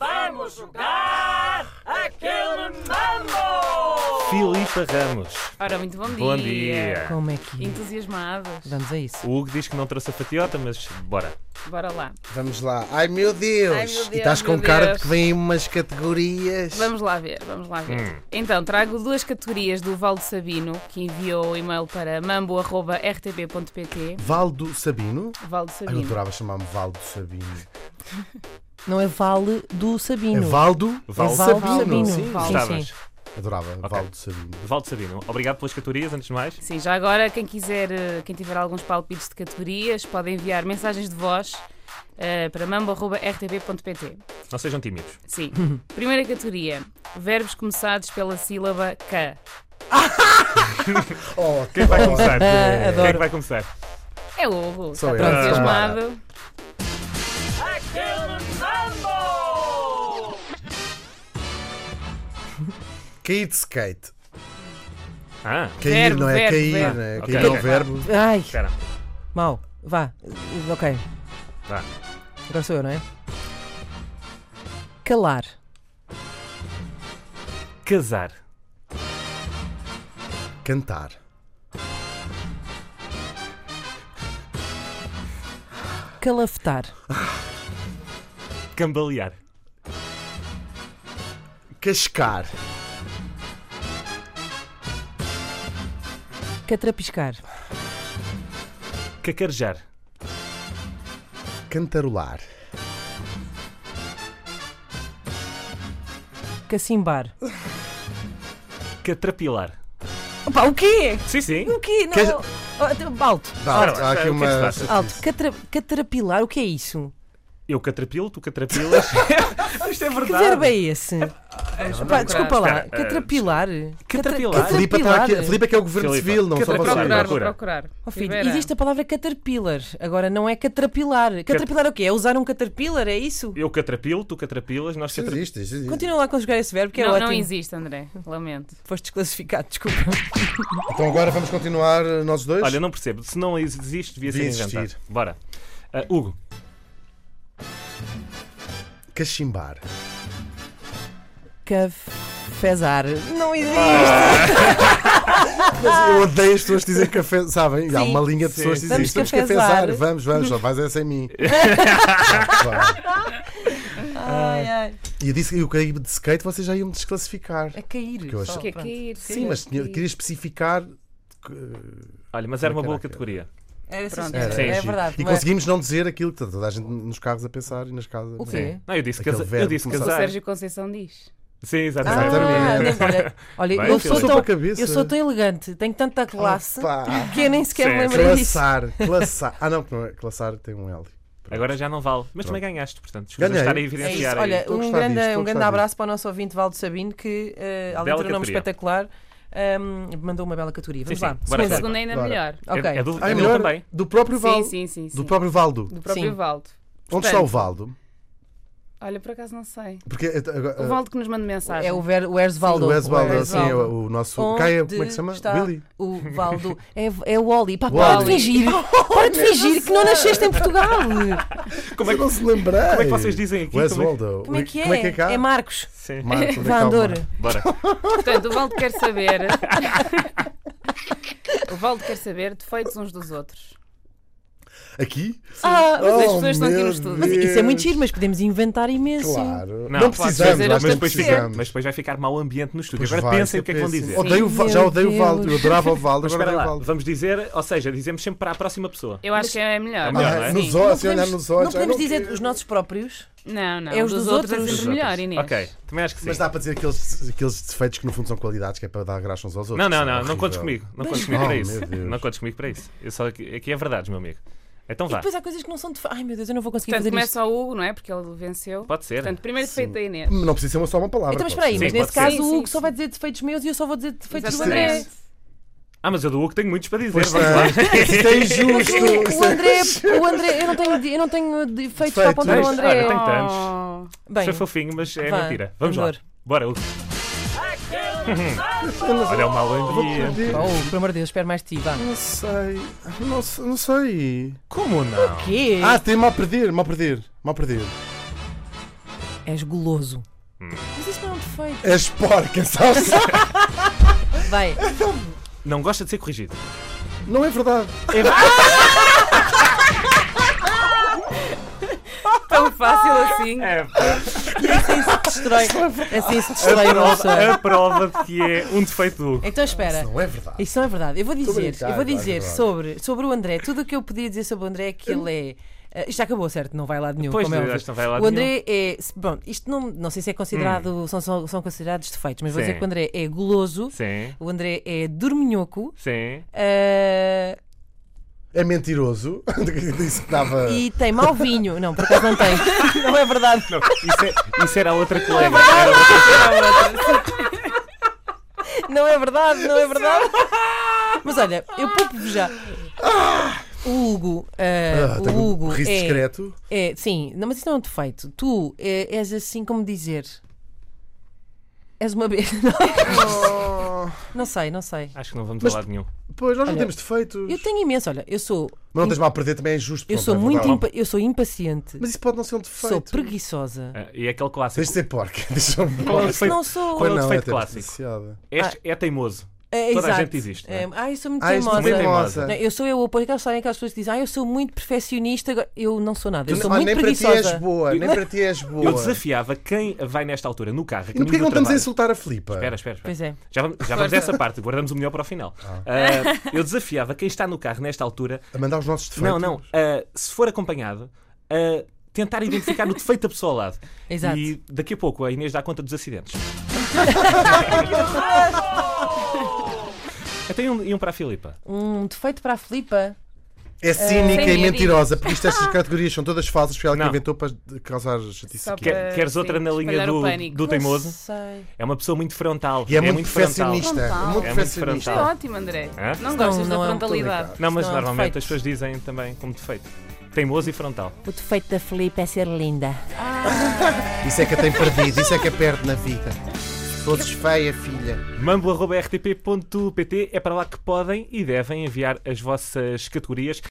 Vamos jogar aquele mambo! Filipa Ramos. Ora, muito bom dia. Bom dia. Como é que. Entusiasmadas. Vamos a isso. O Hugo diz que não trouxe a fatiota, mas bora. Bora lá. Vamos lá. Ai meu Deus! Ai, meu Deus, e estás com meu cara Deus. de que vêm umas categorias. Vamos lá ver, vamos lá ver. Hum. Então, trago duas categorias do Valdo Sabino, que enviou o e-mail para mambo.rtp.pt. Valdo Sabino? Valdo Ai, eu Sabino. adorava chamar-me Valdo Sabino. Não é Vale do É Sabino. Valdo? Val É Sabino, Sabino. sim. Val- Estavas. sim. Adorava Ok. Valdo Sabino. Valdo Sabino, obrigado pelas categorias, antes de mais. Sim, já agora, quem quiser, eh, quem tiver alguns palpites de categorias, pode enviar mensagens de voz eh, para mambo.rtp.pt. Não sejam tímidos. Sim. Primeira categoria: verbos começados pela sílaba K. Oh, Quem vai começar? Ah, Quem é que adoro. vai começar? É o Hugo. está Sou eu. todo Ah. entusiasmado. Aquele mambo! Cair de skate. Ah, Cair Verbo, não é verbo, cair, verbo. Ah, não é? Ok. Cair é um verbo. Ai, espera. mal. Vá. Ok. Vá. Agora sou eu, não é? Calar. Casar. Cantar. Calafetar. Cambalear. Cascar. Catrapiscar. Cacarejar. Cantarolar. Cacimbar. Catrapilar. Opa, o quê? Sim, sim. O quê? Não, Quer- não. Ah, então, Alto. Vá, Ora lá, há aqui o que é que uma. se Alto. Catra... Catrapilar, o que é isso? Eu catrapilo, tu catrapilas. Isto é verdade. Que verbo é esse? Pá, desculpa lá. Espera, ah, Catrapilar. Catrapilar? Catrapilar. Filipa está aqui. Filipa é que é o governo Filipa. civil, não só Vou Procura, vocês. procurar, vou procura. procurar. Oh, filho, Espera. existe a palavra caterpillar. Agora não é catrapilar. Caterpilar é o quê? É usar um caterpillar? É isso? Eu catrapilo, tu catrapilas, nós Isto catrapilamos. Existe, isto existe. Continua lá a conjugar esse verbo que é não, ótimo. não existe, André. Lamento. Foste desclassificado, desculpa. Então agora vamos continuar eh, nós dois? Olha, não percebo. Se não existe, devia ser Devia inventado. existir. Bora. Ah, Hugo, Cachimbar. Cafezar. Não existe. Mas eu odeio as pessoas que dizem café, sabem? Há Sim. uma linha de Sim. pessoas que dizem Vamos isto. Vamos cafezar." cafezar. Vamos, vamos, só faz essa em mim. Ai, ai. e eu disse que o caí de skate vocês já iam desclassificar. A cair. Que eu só, acho- O que é pronto. cair? Sim, mas tinha, queria especificar. é que- olha, mas era uma boa Caraca. categoria. Era assim, Pronto. senhora. Sim, é sim. verdade. E mas- conseguimos não dizer aquilo que está toda a gente nos carros a pensar e nas casas. é? O quê? Não, eu disse, Aquele casa... eu verbo disse O começar. casar. Sérgio Conceição diz. Sim, Ah, exatamente. Exatamente. olha, olha, Bem, eu, Filipe. sou Sou tão, para a cabeça. eu sou tão elegante, tenho tanta classe É Opa. que eu nem sequer Sim, me lembrei disso. Ah, Classar, classar. Ah, não, que não é. Classar tem um L. É Agora já não vale. Mas também ganhaste, portanto. Desculpa Ganhei. estar a É É evidenciar isso. aí. Olha, Estou a um gostar grande, disto, estou a um grande gostar abraço para o nosso ouvinte Valdo Sabino, que, eh, além de ter um nome categoria. espetacular, eh, mandou uma bela categoria. Vamos Sim, lá. sim. Bora, A Filipe. Segunda. segunda ainda Bora. melhor. Ok. É, é do, Ah, é é do melhor também. do próprio Sim, Valdo. sim, sim. sim. Do próprio Valdo. Do próprio Sim. Valdo. Onde está Portanto, o Valdo? Olha, por acaso não sei. Porque eh, agora- O Valdo que nos manda mensagem. É o, Ver, o Erzvaldo. O Esbaldo, O assim, é o, o nosso. Caia, como é que se chama? Onde está Willy. O Valdo. É, é o Oli. Pá, Wally. para de fingir. Para de fingir que não nasceste em Portugal. Como é que, não se lembrar? como é que vocês dizem aqui? O Como é que- Esbaldo. Como é que é? Como é que é cá? Marcos. Sim. Marcos, onde é que Vá, está o Andor. Marcos? Bora. Portanto, o Valdo quer saber. o Valdo quer saber defeitos uns dos outros. Aqui? Ah, Mas as Oh, pessoas estão aqui meu no estúdio. mas isso é muito Deus. giro, mas podemos inventar imenso. Claro. Não, Não, pode fazer precisamos, acho outra que Mas não depois, Sim. fica, precisamos. mas depois vai ficar mau ambiente no estúdio. Pois Agora vai, pensem o que é que vão péssimo. dizer. Sim. Odeio, o Va- já Meu odeio o Valdo, eu Deus. adorava o Valdo, Mas agora espera odeio o lá, Valdo. vamos dizer, ou seja, dizemos sempre para a próxima pessoa. Eu acho que é melhor. É melhor, não Ah, é? nos Sim. olhos, Não assim, olhar podemos, nos não olhos. ai, podemos não dizer quero. os nossos próprios. Não, não. É os dos, dos outros, é outros. sempre melhor, Inês. Ok, também acho que sim. Mas dá para dizer aqueles, aqueles defeitos que no fundo são qualidades, que é para dar graça uns aos outros. Não, não, Isso é não, não contes comigo. horrível. Não contes comigo Oh, para meu isso. Deus. Não contes comigo para isso. Eu só aqui, aqui é verdades, meu amigo. Então E vá. depois há coisas que não são de. Ai meu Deus, eu não vou conseguir Portanto, fazer isto. começa o Hugo, não é? Porque ele venceu. Pode ser. Portanto, primeiro defeito da Inês. Não precisa ser uma só uma palavra. Então, mas pode espera aí, ser. mas Sim, nesse pode ser. caso Sim, o Hugo sim, só sim. vai dizer defeitos meus e eu só vou dizer defeitos do Exatamente. André. Ah, mas eu do Hugo tenho muitos para dizer. Pois vamos lá. Isto é injusto. O é- André, o André, eu não tenho, eu não tenho defeitos para apontar ao Defeitos. André. Olha, tem tantos. Oh. Bem, Foi fofinho, mas é vá, mentira. Vamos amor. lá. Bora, Hugo. Aquele Olha, então. é um mau dia. Deus. oh, pelo amor de Deus, espero mais de ti, Ah. vá. Não sei. Não, se- não sei. Como não? Quê? Ah, tem mal a perder, mal a perder, mal a perder. És goloso. Hum. Mas isso não é um defeito. És porca, sabes? Vai. Não gosta de ser corrigido. Não é verdade. Oh. Tão fácil assim. É Assim se destrói. Assim se destrói a uma prova, pessoa. a prova de que é um defeito do Hugo. Então espera. Não é verdade. Isso não é verdade. Eu vou Estou a dizer, brincar, eu vou claro, dizer claro. sobre, sobre o André. Tudo o que eu podia dizer sobre o André é Hum. que ele é. eh, isto já acabou, certo? Não vai lá de nenhum. Pois, como é acho óbvio. que não vai lá de Hum. o André é. se- Bom, isto não, não sei se é considerado. São, são, são considerados defeitos, mas vou Sim. dizer que o André é goloso, Sim, o André é dorminhoco sim. eh, É mentiroso. Disse que estava. e tem mau vinho. Não, por acaso não tem. não é verdade. Não, isso, é- isso era a outra colega. Era outra- Não é verdade, não é verdade. Mas olha, eu poupo-vos já. O Hugo, eh, Ah, o tenho um Hugo riso é, discreto. É, sim, não, mas isso não é um defeito. Tu eh, és assim como dizer. És uma besta. não sei, não sei. Acho que não vamos a Mas- lado nenhum. Pois, nós Oh. não Olha, temos defeitos. Eu tenho imenso, olha, eu sou. Mas não tens mal a perder também é injusto. Eu pronto, sou é muito verdade. impa- eu sou impaciente. Mas isso pode não ser um defeito. sou preguiçosa. Ah, E é aquele Tens de clássico. ser porca. Deixa-me. Qual é o Isso defeito? não sou. Qual é o Não, defeito ter clássico? associada. És- É teimoso. É, Toda a exato. gente diz isto, não é? É, ah, eu sou muito Ah, és teimosa. muito teimosa. Não, eu sou eu, apoio aquelas história em que as pessoas dizem, ah, eu sou muito perfeccionista. agora- Eu não sou nada, eu Tu- sou ah, muito nem para ti preguiçosa. és boa, nem para ti és boa. Eu desafiava quem vai nesta altura no carro. a E caminho porquê que do não estamos a trabalho- insultar a Filipa? Espera, espera, espera. Pois é. Já vamos, já vamos a essa parte, guardamos o melhor para o final. Ah, eu desafiava quem está no carro nesta altura, A mandar os nossos defeitos. não, não, ah, se for acompanhado, a tentar identificar o defeito da pessoa ao lado. Exato. E daqui a pouco a Inês dá conta dos acidentes. Eu tenho um, e um para a Filipa. Uh, Um defeito para a Filipa. É sem cínica e medo. mentirosa, porque isto, estas categorias são todas falsas, foi ela que Não. inventou para causar chatice Só aqui. Que- para- Queres sim, outra na linha espalhar o do, pânico. do Não teimoso? sei. É uma pessoa muito frontal. E é, muito frontal. perfeccionista. É Frontal. muito É muito perfeccionista. Isto é ótimo, André. Hã? Não Não, não gostas da é um frontalidade. Não, mas Não, normalmente defeito. as pessoas dizem também como defeito. Teimoso e frontal. O defeito da Filipa é ser linda. Isso é que a tem perdido, isso é que a perde na vida. Se fosses feia, filha. mambo.rtp.pt é para lá que podem e devem enviar as vossas categorias